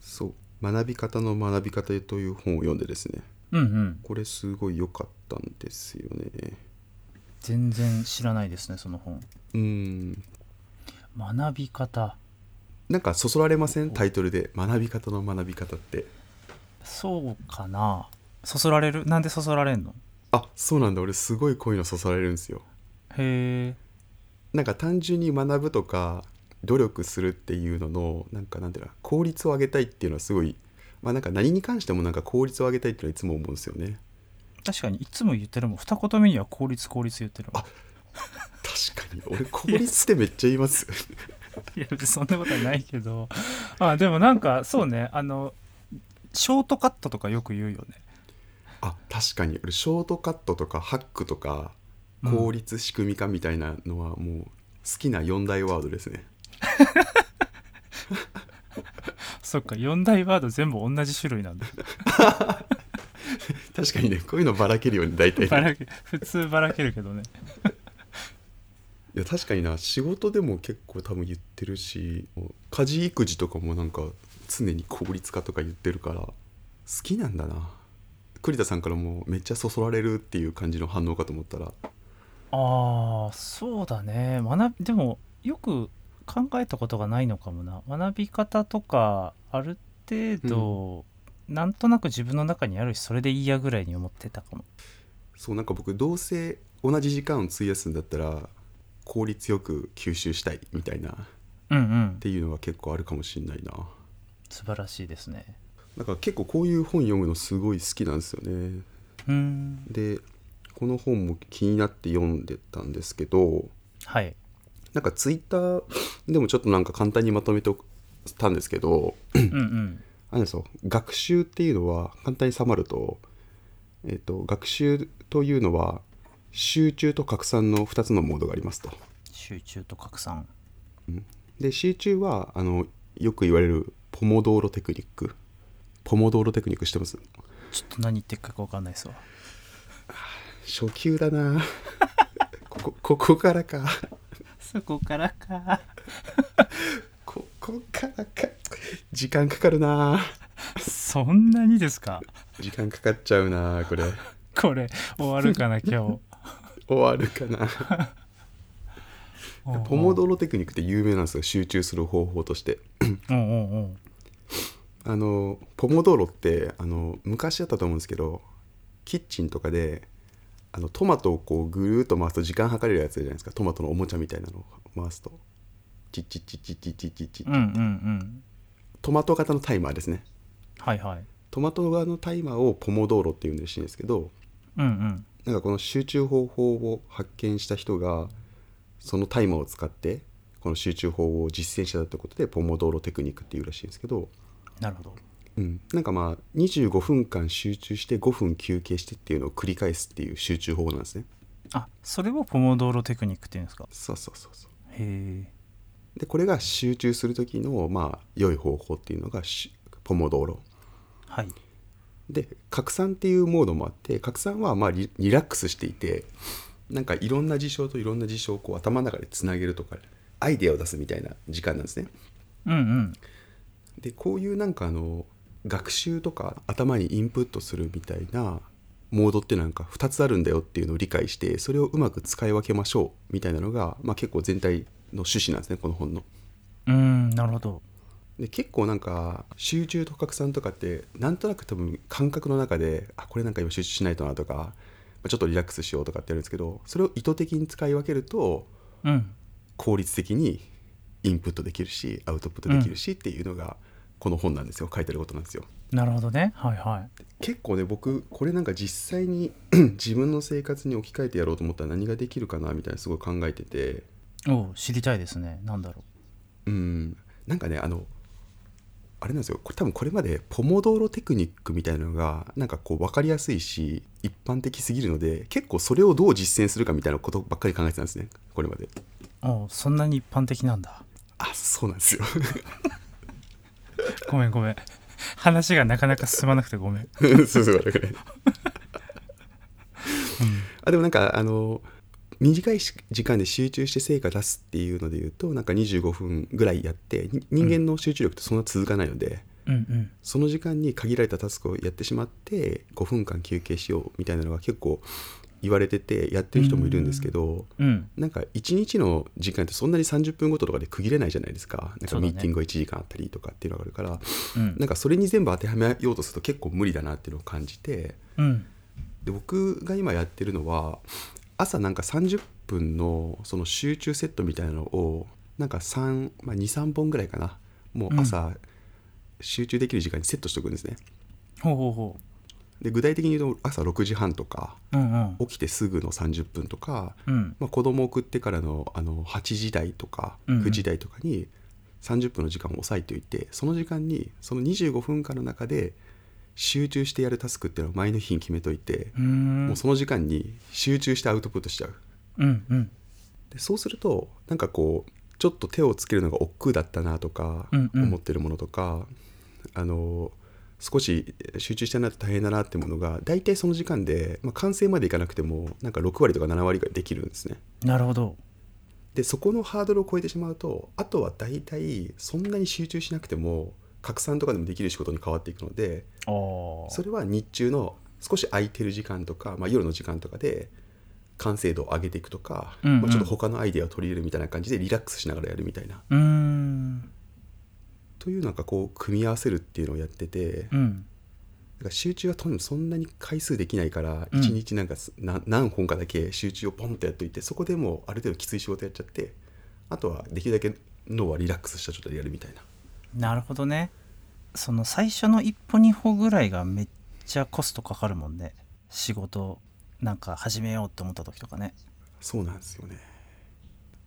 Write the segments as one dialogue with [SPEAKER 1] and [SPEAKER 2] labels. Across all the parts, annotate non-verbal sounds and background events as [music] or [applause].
[SPEAKER 1] そう「学び方の学び方へ」という本を読んでですね
[SPEAKER 2] うんうん
[SPEAKER 1] これすごい良かったんですよね
[SPEAKER 2] 全然知らないですねその本
[SPEAKER 1] うん
[SPEAKER 2] 学び方
[SPEAKER 1] なんかそそられませんタイトルで「学び方の学び方」って
[SPEAKER 2] そうかなそそられるなんでそそられんの
[SPEAKER 1] あそうなんだ俺すごいこういうのそそられるんですよ
[SPEAKER 2] へえ
[SPEAKER 1] なんか単純に学ぶとか努力するっていうののなんかなんていうの効率を上げたいっていうのはすごいまあなんか何に関してもなんか効率を上げたいっていうのはいつも思うんですよね
[SPEAKER 2] 確かにいつも言ってるもん二言目には効率効率言ってるわ
[SPEAKER 1] あ確かに俺効率ってめっちゃ言いますよね
[SPEAKER 2] いや別にそんなことはないけどあでもなんかそうねあのショートカットとかよく言うよね
[SPEAKER 1] あ確かに俺ショートカットとかハックとか
[SPEAKER 2] うん
[SPEAKER 1] 効率仕組み化みたいなのはもう好きな4大ワードですね、
[SPEAKER 2] そっか四大ワード全部同じ種類なんだ
[SPEAKER 1] [laughs] 確かにねこういうのばらけるように大 [laughs] 体ね
[SPEAKER 2] ばらけ普通ばらけるけどね
[SPEAKER 1] いや確かにな仕事でも結構多分言ってるし家事育児とかもなんか常に効率化とか言ってるから好きなんだな栗田さんからもめっちゃそそられるっていう感じの反応かと思ったら
[SPEAKER 2] ああそうだね学びでもよく考えたことがないのかもな学び方とかある程度、なんとなく自分の中にあるしそれでいいやぐらいに思ってたかも
[SPEAKER 1] そうなんか僕どうせ同じ時間を費やすんだったら効率よく吸収したいみたいなっ
[SPEAKER 2] うんうん
[SPEAKER 1] ていうのは結構あるかもしんないな
[SPEAKER 2] 素晴らしいですね
[SPEAKER 1] なんか結構こういう本読むのすごい好きなんですよね
[SPEAKER 2] うん
[SPEAKER 1] でこの本も気になって読んでたんですけど
[SPEAKER 2] [clears throat] はい
[SPEAKER 1] なんかツイッターでもちょっとなんか簡単にまとめておったんですけど、
[SPEAKER 2] うんうん
[SPEAKER 1] あれですよ学習っていうのは簡単にさまると、えっと、学習というのは集中と拡散の2つのモードがありますと。
[SPEAKER 2] 集中と拡散
[SPEAKER 1] で集中はあのよく言われるポモドーロテクニック。ポモドーロテクニックしてます
[SPEAKER 2] ちょっと何言ってるか分かんないですわ
[SPEAKER 1] 初級だなここここからか
[SPEAKER 2] そこからか
[SPEAKER 1] ここからか時間かかるな
[SPEAKER 2] そんなにですか
[SPEAKER 1] 時間かかっちゃうなこれ
[SPEAKER 2] これ終わるかな [laughs] 今
[SPEAKER 1] 終わるかな
[SPEAKER 2] 日
[SPEAKER 1] ポモドーロテクニックって有名なんですよ集中する方法として
[SPEAKER 2] うんうんうん
[SPEAKER 1] あのポモドーロってあの昔だったと思うんですけどキッチンとかであのトマトをこうぐるーっと回すと時間計れるやつじゃないですかトマトのおもちゃみたいなのを回すとチッチッチッチッチッチッチッチッ
[SPEAKER 2] うんうんうん
[SPEAKER 1] トマト型のタイマーですね
[SPEAKER 2] はいはい
[SPEAKER 1] トマト型のタイマーをポモドーロっていうんらしいんですけど
[SPEAKER 2] うんうん
[SPEAKER 1] なんかこの集中方法を発見した人がそのタイマーを使ってこの集中法を実践したってことでポモドーロテクニックっていうらしいんですけど、
[SPEAKER 2] なるほど
[SPEAKER 1] うん、なんかまあ25分間集中して5分休憩してっていうのを繰り返すっていう集中法なんですね。
[SPEAKER 2] あそれをポモドーロテクニックっていうんですか
[SPEAKER 1] そうそうそうそ
[SPEAKER 2] へえ
[SPEAKER 1] うでこれが集中する時のまあ良い方法っていうのがしポモドーロ。
[SPEAKER 2] はい
[SPEAKER 1] で拡散っていうモードもあって拡散はまあリリラックスしていてなんかいろんな事象といろんな事象をこう頭の中でつなげるとかアイデアを出すみたいな時間なんですね。
[SPEAKER 2] うんうん
[SPEAKER 1] でこういうなんかあの学習とか頭にインプットするみたいなモードってなんか2つあるんだよっていうのを理解してそれをうまく使い分けましょうみたいなのが、まあ、結構全体の趣旨なんですねこの本の。
[SPEAKER 2] うーんなるほど
[SPEAKER 1] で結構なんか集中と拡散とかってなんとなく多分感覚の中であこれなんか今集中しないとなとかまあちょっとリラックスしようとかってやるんですけどそれを意図的に使い分けると
[SPEAKER 2] うん
[SPEAKER 1] 効率的にインプットできるしアウトプットできるしっていうのがこの本なんですよ書いてあることなんですよ。
[SPEAKER 2] なるほどねはいはい
[SPEAKER 1] 結構ね僕これなんか実際に [clears throat] 自分の生活に置き換えてやろうと思ったら何ができるかなみたいなすごい考えてて
[SPEAKER 2] おう知りたいですねなんだろ
[SPEAKER 1] うんなんかねあのあれなんですよこれ多分これまでポモドーロテクニックみたいなのがなんかこう分かりやすいし一般的すぎるので結構それをどう実践するかみたいなことばっかり考えてたんですねこれまで
[SPEAKER 2] うおうそんなに一般的なんだ
[SPEAKER 1] あそうなんですよ
[SPEAKER 2] ごめんごめん [laughs] 話がなかなか進まなくてごめん
[SPEAKER 1] そうそうこれこれあでもなんかあの短いし時間で集中して成果出すっていうので言うとなんか25分ぐらいやってに人間の集中力ってそんな続かないので、
[SPEAKER 2] うんうん
[SPEAKER 1] その時間に限られたタスクをやってしまって5分間休憩しようみたいなのが結構言われててやってる人もいるんですけど、
[SPEAKER 2] うん
[SPEAKER 1] なんか1日の時間ってそんなに30分ごととかで区切れないじゃないですかなん
[SPEAKER 2] そ
[SPEAKER 1] か
[SPEAKER 2] うだね
[SPEAKER 1] ミーティングが1時間あったりとかっていうのがあるから、
[SPEAKER 2] うん
[SPEAKER 1] なんかそれに全部当てはめようとすると結構無理だなっていうのを感じて
[SPEAKER 2] うん
[SPEAKER 1] で僕が今やってるのは朝なんか30分のその集中セットみたいなのをなんか3、まあ、23本ぐらいかなもう朝集中できる時間にセットしておくんですね。
[SPEAKER 2] ほうほうほ
[SPEAKER 1] で具体的に言うと朝6時半とか
[SPEAKER 2] ううんうん
[SPEAKER 1] 起きてすぐの30分とか、
[SPEAKER 2] うん
[SPEAKER 1] まあ、子供送ってからのあの8時台とか
[SPEAKER 2] うんうん
[SPEAKER 1] 9時台とかに30分の時間を抑えておいてその時間にその25分間の中で集中してやるタスクっていうのを前の日に決めといて
[SPEAKER 2] う、ーん
[SPEAKER 1] もうその時間に集中してアウトプットしちゃう
[SPEAKER 2] うんうん
[SPEAKER 1] でそうするとなんかこうちょっと手をつけるのが億劫だったなとか
[SPEAKER 2] うんうん
[SPEAKER 1] 思ってるものとか、あの少し集中したなと大変だなってものが大体その時間で、まあ、完成までいかなくてもなんか6割とか7割ができるんですね。
[SPEAKER 2] なるほど
[SPEAKER 1] でそこのハードルを超えてしまうとあとは大体そんなに集中しなくても拡散とかでもできる仕事に変わっていくので
[SPEAKER 2] ああ
[SPEAKER 1] それは日中の少し空いてる時間とか、まあ、夜の時間とかで完成度を上げていくとか、
[SPEAKER 2] うんうん
[SPEAKER 1] まあ、ちょっと他のアイデアを取り入れるみたいな感じでリラックスしながらやるみたいな
[SPEAKER 2] うーん
[SPEAKER 1] というなんかこう組み合わせるっていうのをやってて
[SPEAKER 2] う、ん
[SPEAKER 1] なんか集中はとにもそんなに回数できないから
[SPEAKER 2] うん
[SPEAKER 1] 1日なんかすな何本かだけ集中をポンとやっといてそこでもうある程度きつい仕事やっちゃってあとはできるだけ脳はリラックスした状態でやるみたいな
[SPEAKER 2] なるほどねその最初の一歩二歩ぐらいがめっちゃコストかかるもんね仕事なんか始めようって思った時とかね
[SPEAKER 1] そうなんですよね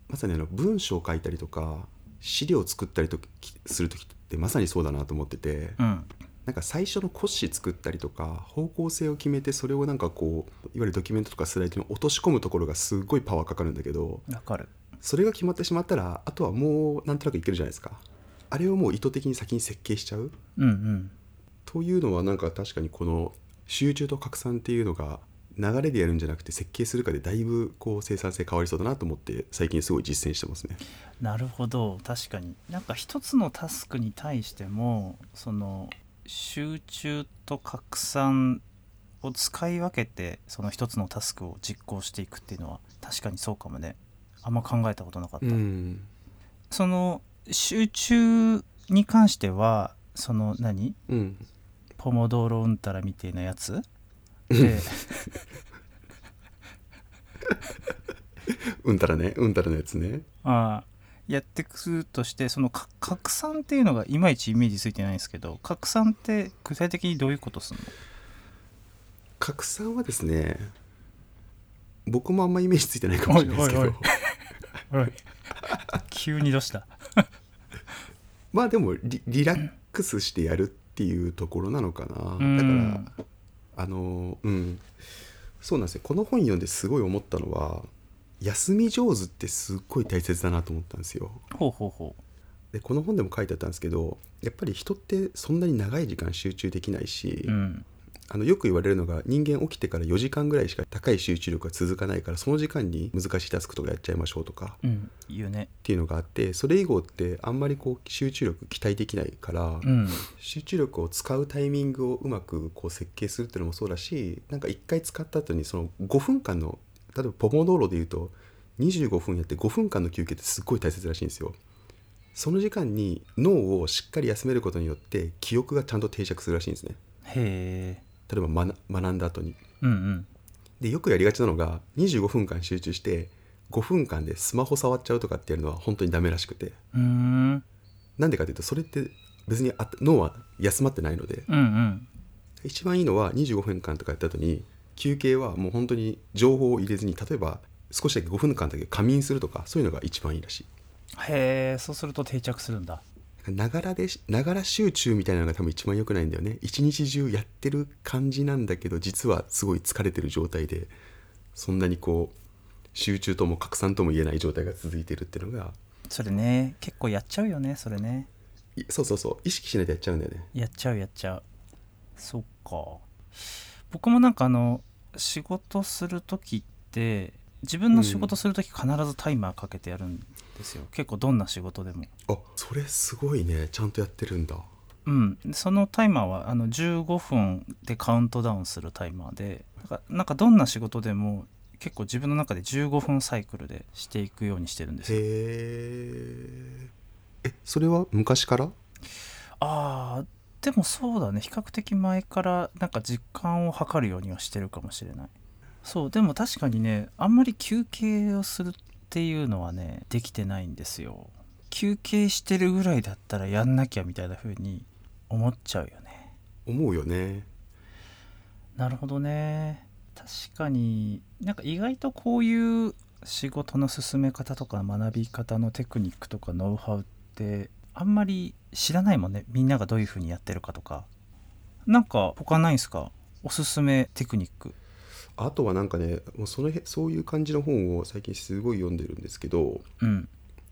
[SPEAKER 1] まさにあの文章を書いたりとか資料を作ったりときする時ってまさにそうだなと思ってて
[SPEAKER 2] うん
[SPEAKER 1] なんか最初の骨子作ったりとか方向性を決めてそれをなんかこういわゆるドキュメントとかスライドに落とし込むところがすごいパワーかかるんだけど
[SPEAKER 2] わかる
[SPEAKER 1] それが決まってしまったらあとはもうなんとなくいけるじゃないですかあれをもう意図的に先に設計しちゃう
[SPEAKER 2] うんうん
[SPEAKER 1] というのはなんか確かにこの集中と拡散っていうのが流れでやるんじゃなくて設計するかでだいぶこう生産性変わりそうだなと思って最近すごい実践してますね
[SPEAKER 2] なるほど確かになんか一つのタスクに対してもその集中と拡散を使い分けてその一つのタスクを実行していくっていうのは確かにそうかもねあんま考えたことなかった、
[SPEAKER 1] ん
[SPEAKER 2] その集中に関してはその何
[SPEAKER 1] うん
[SPEAKER 2] ポモドーロうんたらみたいなやつで
[SPEAKER 1] うんたらねうんたらのやつね
[SPEAKER 2] ああやってくとしてそのか拡散っていうのがいまいちイメージついてないんですけど拡散って具体的にどういうことするの
[SPEAKER 1] 拡散はですね僕もあんまイメージついてないかもしれないですけど
[SPEAKER 2] おいおいおい急にどうした
[SPEAKER 1] まあでもリリラックスしてやるっていうところなのかな、
[SPEAKER 2] うん
[SPEAKER 1] だからあのうんそうなんですよこの本読んですごい思ったのは休み上手ってすっごい大切だなと思ったんですよ
[SPEAKER 2] ほうほうほ
[SPEAKER 1] でこの本でも書いてあったんですけどやっぱり人ってそんなに長い時間集中できないし、
[SPEAKER 2] ううん
[SPEAKER 1] あのよく言われるのが人間起きてから4時間ぐらいしか高い集中力が続かないからその時間に難しいタスクとかやっちゃいましょうとか
[SPEAKER 2] うん言うね
[SPEAKER 1] っていうのがあってそれ以後ってあんまりこう集中力期待できないから、
[SPEAKER 2] うん
[SPEAKER 1] 集中力を使うタイミングをうまくこう設計するっていうのもそうだしなんか1回使った後にその5分間の例えばポモドーロでいうと25分やって5分間の休憩ってすっごい大切らしいんですよ。その時間に脳をしっかり休めることによって記憶がちゃんと定着するらしいんですね。
[SPEAKER 2] へえ
[SPEAKER 1] 例えば学学んだ後に。
[SPEAKER 2] うんうん
[SPEAKER 1] でよくやりがちなのが25分間集中して5分間でスマホ触っちゃうとかってやるのは本当にダメらしくて
[SPEAKER 2] うーん
[SPEAKER 1] なんでかっていうとそれって別にあ脳は休まってないので
[SPEAKER 2] うんうん
[SPEAKER 1] 一番いいのは25分間とかやった後に休憩はもう本当に情報を入れずに例えば少しだけ5分間だけ仮眠するとかそういうのが一番いいらしい
[SPEAKER 2] へえそうすると定着するんだ
[SPEAKER 1] ながらでしながら集中みたいなのが多分一番良くないんだよね一日中やってる感じなんだけど実はすごい疲れてる状態でそんなにこう集中とも拡散とも言えない状態が続いてるっていうのが
[SPEAKER 2] それね結構やっちゃうよねそれね
[SPEAKER 1] いそうそうそう意識しないとやっちゃうんだよね
[SPEAKER 2] やっちゃうやっちゃうそっか僕もなんかあの仕事する時って自分の仕事する時必ずタイマーかけてやるんですよ、結構どんな仕事でも
[SPEAKER 1] あそれすごいねちゃんとやってるんだ
[SPEAKER 2] うん、そのタイマーはあの15分でカウントダウンするタイマーでなんかなんかどんな仕事でも結構自分の中で15分サイクルでしていくようにしてるんですよ
[SPEAKER 1] ええそれは昔から
[SPEAKER 2] あーでもそうだね比較的前からなんか実感を測るようにはしてるかもしれないそうでも確かにねあんまり休憩をするっていうのはねできてないんですよ休憩してるぐらいだったらやんなきゃみたいな風に思っちゃうよね
[SPEAKER 1] 思うよね
[SPEAKER 2] なるほどね確かになんか意外とこういう仕事の進め方とか学び方のテクニックとかノウハウってあんまり知らないもんねみんながどういうふうにやってるかとかなんか他ないんすかおすすめテクニック
[SPEAKER 1] あとはなんかねもうそのへそういう感じの本を最近すごい読んでるんですけど
[SPEAKER 2] うん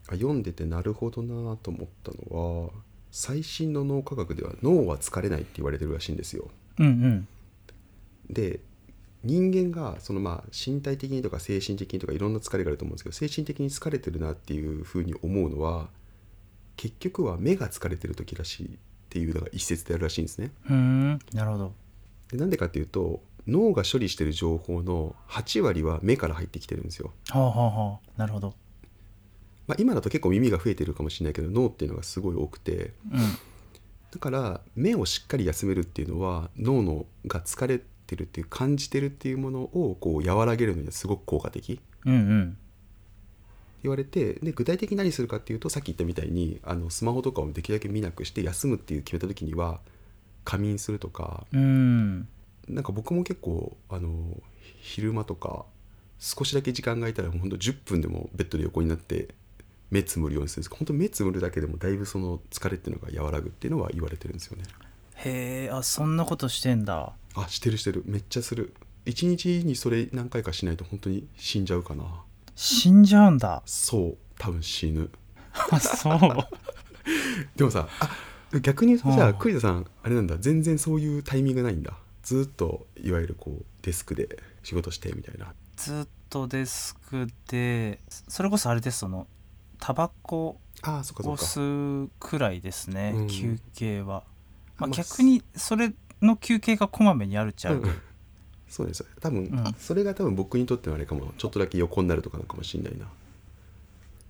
[SPEAKER 1] あ読んでてなるほどなと思ったのは最新の脳科学では脳は疲れないって言われてるらしいんですよ
[SPEAKER 2] うんうん
[SPEAKER 1] で人間がそのまあ身体的にとか精神的にとかいろんな疲れがあると思うんですけど精神的に疲れてるなっていうふうに思うのは結局は目が疲れてる時らしいっていうのが一説であるらしいんですね。
[SPEAKER 2] ふーんなるほど
[SPEAKER 1] でなんでかっていうと脳が処理してる情報の8割は目から入ってきてるんですよ。
[SPEAKER 2] はあはあはあなるほど
[SPEAKER 1] まあ、今だと結構耳が増えてるかもしれないけど脳っていうのがすごい多くて
[SPEAKER 2] う
[SPEAKER 1] だから目をしっかり休めるっていうのは脳のが疲れてるっていう感じてるっていうものをこう和らげるのにはすごく効果的。
[SPEAKER 2] んうんうん
[SPEAKER 1] 言われてで具体的に何するかっていうとさっき言ったみたいにあのスマホとかをできるだけ見なくして休むっていう決めた時には仮眠するとか
[SPEAKER 2] うん
[SPEAKER 1] なんか僕も結構あの昼間とか少しだけ時間が空いたらもうほんと10分でもベッドで横になって目つむるようにするんですけど本当目つむるだけでもだいぶその疲れっていうのが和らぐっていうのは言われてるんですよね
[SPEAKER 2] へえあそんなことしてんだ
[SPEAKER 1] あしてるしてるめっちゃする一日にそれ何回かしないと本当に死んじゃうかな
[SPEAKER 2] 死んじゃうんだ
[SPEAKER 1] そう多分死ぬ
[SPEAKER 2] あ [laughs] そう
[SPEAKER 1] でもさあ逆にじゃ
[SPEAKER 2] う
[SPEAKER 1] あ
[SPEAKER 2] ん
[SPEAKER 1] 栗田さんあれなんだ全然そういうタイミングないんだずーっといわゆるこうデスクで仕事してみたいな
[SPEAKER 2] ずっとデスクでそれこそあれですそのタバコ
[SPEAKER 1] ああそっかそ
[SPEAKER 2] を
[SPEAKER 1] っか
[SPEAKER 2] 吸うくらいですね、
[SPEAKER 1] うん
[SPEAKER 2] 休憩は、ま
[SPEAKER 1] ま
[SPEAKER 2] あ、
[SPEAKER 1] あ
[SPEAKER 2] 逆にそれの休憩がこまめにあるっちゃう、
[SPEAKER 1] うんそうです多分、
[SPEAKER 2] うん
[SPEAKER 1] それが多分僕にとってのあれかもちょっとだけ横になるとかなのかもしれないな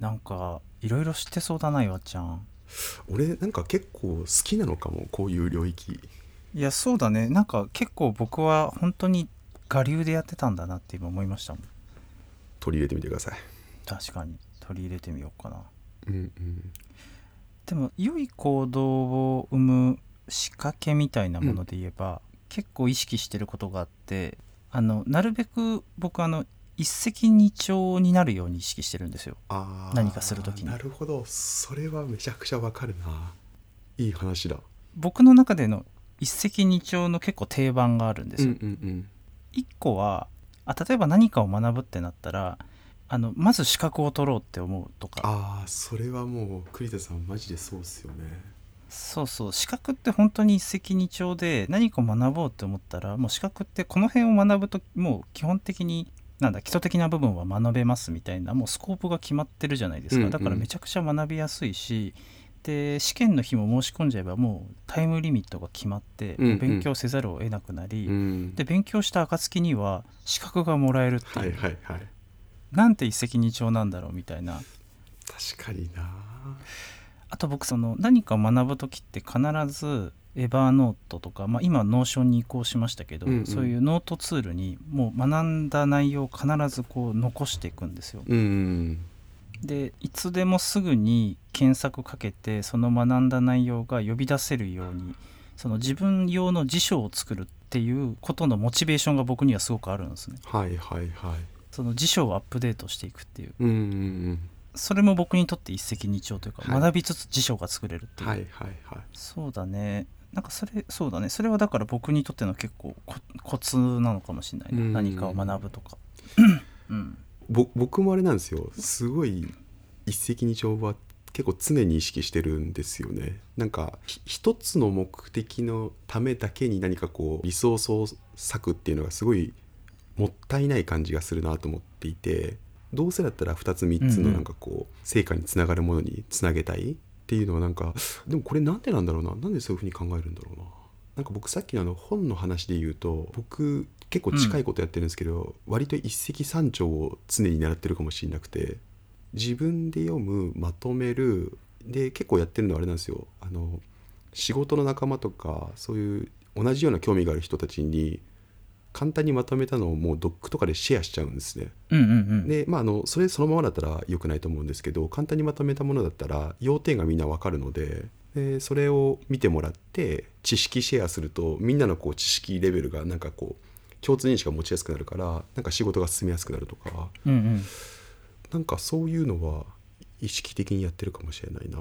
[SPEAKER 2] なんかいろいろ知ってそうだな岩ちゃん
[SPEAKER 1] 俺なんか結構好きなのかもこういう領域
[SPEAKER 2] いやそうだねなんか結構僕は本当に我流でやってたんだなって今思いましたもん
[SPEAKER 1] 取り入れてみてください
[SPEAKER 2] 確かに取り入れてみようかな
[SPEAKER 1] うんうん
[SPEAKER 2] でも良い行動を生む仕掛けみたいなもので言えば、結構意識してることがあってあのなるべく僕あの一石二鳥になるように意識してるんですよ。
[SPEAKER 1] あー
[SPEAKER 2] 何かする時に
[SPEAKER 1] なるほどそれはめちゃくちゃわかるないい話だ
[SPEAKER 2] 僕の中での一石二鳥の結構定番があるんですよ。
[SPEAKER 1] うん
[SPEAKER 2] 一個はあ例えば何かを学ぶってなったらあのまず資格を取ろうって思うとか
[SPEAKER 1] ああそれはもう栗田さんマジでそうっすよね
[SPEAKER 2] そうそう資格って本当に一石二鳥で何かを学ぼうって思ったらもう資格ってこの辺を学ぶともう基本的になんだ基礎的な部分は学べますみたいなもうスコープが決まってるじゃないですか、
[SPEAKER 1] うんうん
[SPEAKER 2] だからめちゃくちゃ学びやすいしで試験の日も申し込んじゃえばもうタイムリミットが決まって、
[SPEAKER 1] うんうん
[SPEAKER 2] 勉強せざるを得なくなり、
[SPEAKER 1] うん
[SPEAKER 2] で勉強した暁には資格がもらえるっていう、
[SPEAKER 1] はいはいはい
[SPEAKER 2] なんて一石二鳥なんだろうみたいな
[SPEAKER 1] 確かにな
[SPEAKER 2] あと僕その何か学ぶ時って必ずエバーノートとか、まあ、今ノーションに移行しましたけど、
[SPEAKER 1] うんうん
[SPEAKER 2] そういうノートツールにもう学んだ内容を必ずこう残していくんですよ。
[SPEAKER 1] うん
[SPEAKER 2] でいつでもすぐに検索かけてその学んだ内容が呼び出せるようにその自分用の辞書を作るっていうことのモチベーションが僕にはすごくあるんですね。
[SPEAKER 1] はいはいはい
[SPEAKER 2] その辞書をアップデートしていくっていう
[SPEAKER 1] うんうん
[SPEAKER 2] それも僕にとって一石二鳥というか、
[SPEAKER 1] はい
[SPEAKER 2] 学びつつ辞書が作れるって
[SPEAKER 1] う
[SPEAKER 2] い
[SPEAKER 1] ん
[SPEAKER 2] う。
[SPEAKER 1] はいはいはい
[SPEAKER 2] そうだねなんかそれそうだねそれはだから僕にとっての結構ココツなのかもしれない、ね
[SPEAKER 1] うん
[SPEAKER 2] 何かを学ぶとかうん
[SPEAKER 1] ぼ僕もあれなんですよすごい一石二鳥は結構常に意識してるんですよねなんかひ一つの目的のためだけに何かこうリソースを割くっていうのがすごいもったいない感じがするなと思っていてどうせだったら2つ3つのなんかこう成果につながるものにつなげたいっていうのはなんかでもこれなんでなんだろうななんでそういうふうに考えるんだろうななんか僕さっきのあの本の話で言うと僕結構近いことやってるんですけど、割と一石三鳥を常に狙ってるかもしれなくて自分で読むまとめるで結構やってるのはあれなんですよあの仕事の仲間とかそういう同じような興味がある人たちに簡単にまとめたのをもうドックとかでシェアしちゃうんですね。
[SPEAKER 2] うんうんうん
[SPEAKER 1] でまあ、あのそれそのままだったら良くないと思うんですけど簡単にまとめたものだったら要点がみんなわかるのででそれを見てもらって知識シェアするとみんなのこう知識レベルがなんかこう共通認識が持ちやすくなるからなんか仕事が進みやすくなるとか
[SPEAKER 2] うんうん
[SPEAKER 1] なんかそういうのは意識的にやってるかもしれないな。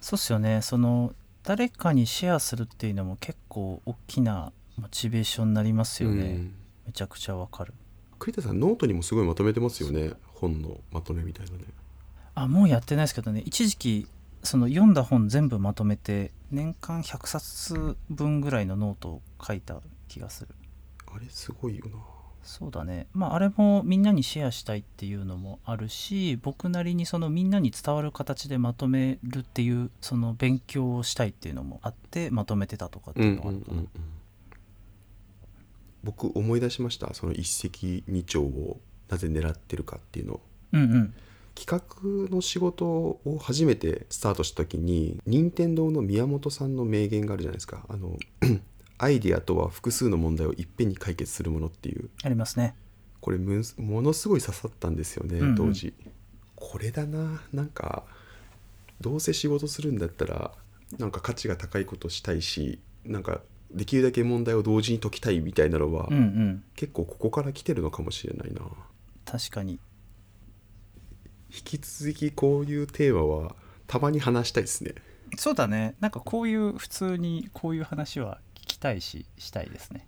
[SPEAKER 2] そうっすよねその誰かにシェアするっていうのも結構大きなモチベーションになりますよね、
[SPEAKER 1] うん
[SPEAKER 2] めちゃくちゃわかる
[SPEAKER 1] 栗田さんノートにもすごいまとめてますよね本のまとめみたいなね。
[SPEAKER 2] あもうやってないですけどね一時期その読んだ本全部まとめて年間100冊分ぐらいのノートを書いた気がする
[SPEAKER 1] あれすごいよな。
[SPEAKER 2] そうだねまああれもみんなにシェアしたいっていうのもあるし僕なりにそのみんなに伝わる形でまとめるっていうその勉強をしたいっていうのもあってまとめてたとかっていうのはあるかな、
[SPEAKER 1] 僕思い出しましたその一石二鳥をなぜ狙ってるかっていうの
[SPEAKER 2] うんうん
[SPEAKER 1] 企画の仕事を初めてスタートした時に任天堂の宮本さんの名言があるじゃないですかあの [clears throat] アイディアとは複数の問題をいっぺんに解決するものっていう
[SPEAKER 2] ありますね
[SPEAKER 1] これむずものすごい刺さったんですよね、
[SPEAKER 2] うんうん
[SPEAKER 1] 当時これだななんかどうせ仕事するんだったらなんか価値が高いことしたいしなんかできるだけ問題を同時に解きたいみたいなのは、
[SPEAKER 2] うんうん
[SPEAKER 1] 結構ここから来てるのかもしれないな
[SPEAKER 2] 確かに
[SPEAKER 1] 引き続きこういうテーマはたまに話したいですね
[SPEAKER 2] そうだねなんかこういう普通にこういう話は聞きたいししたいですね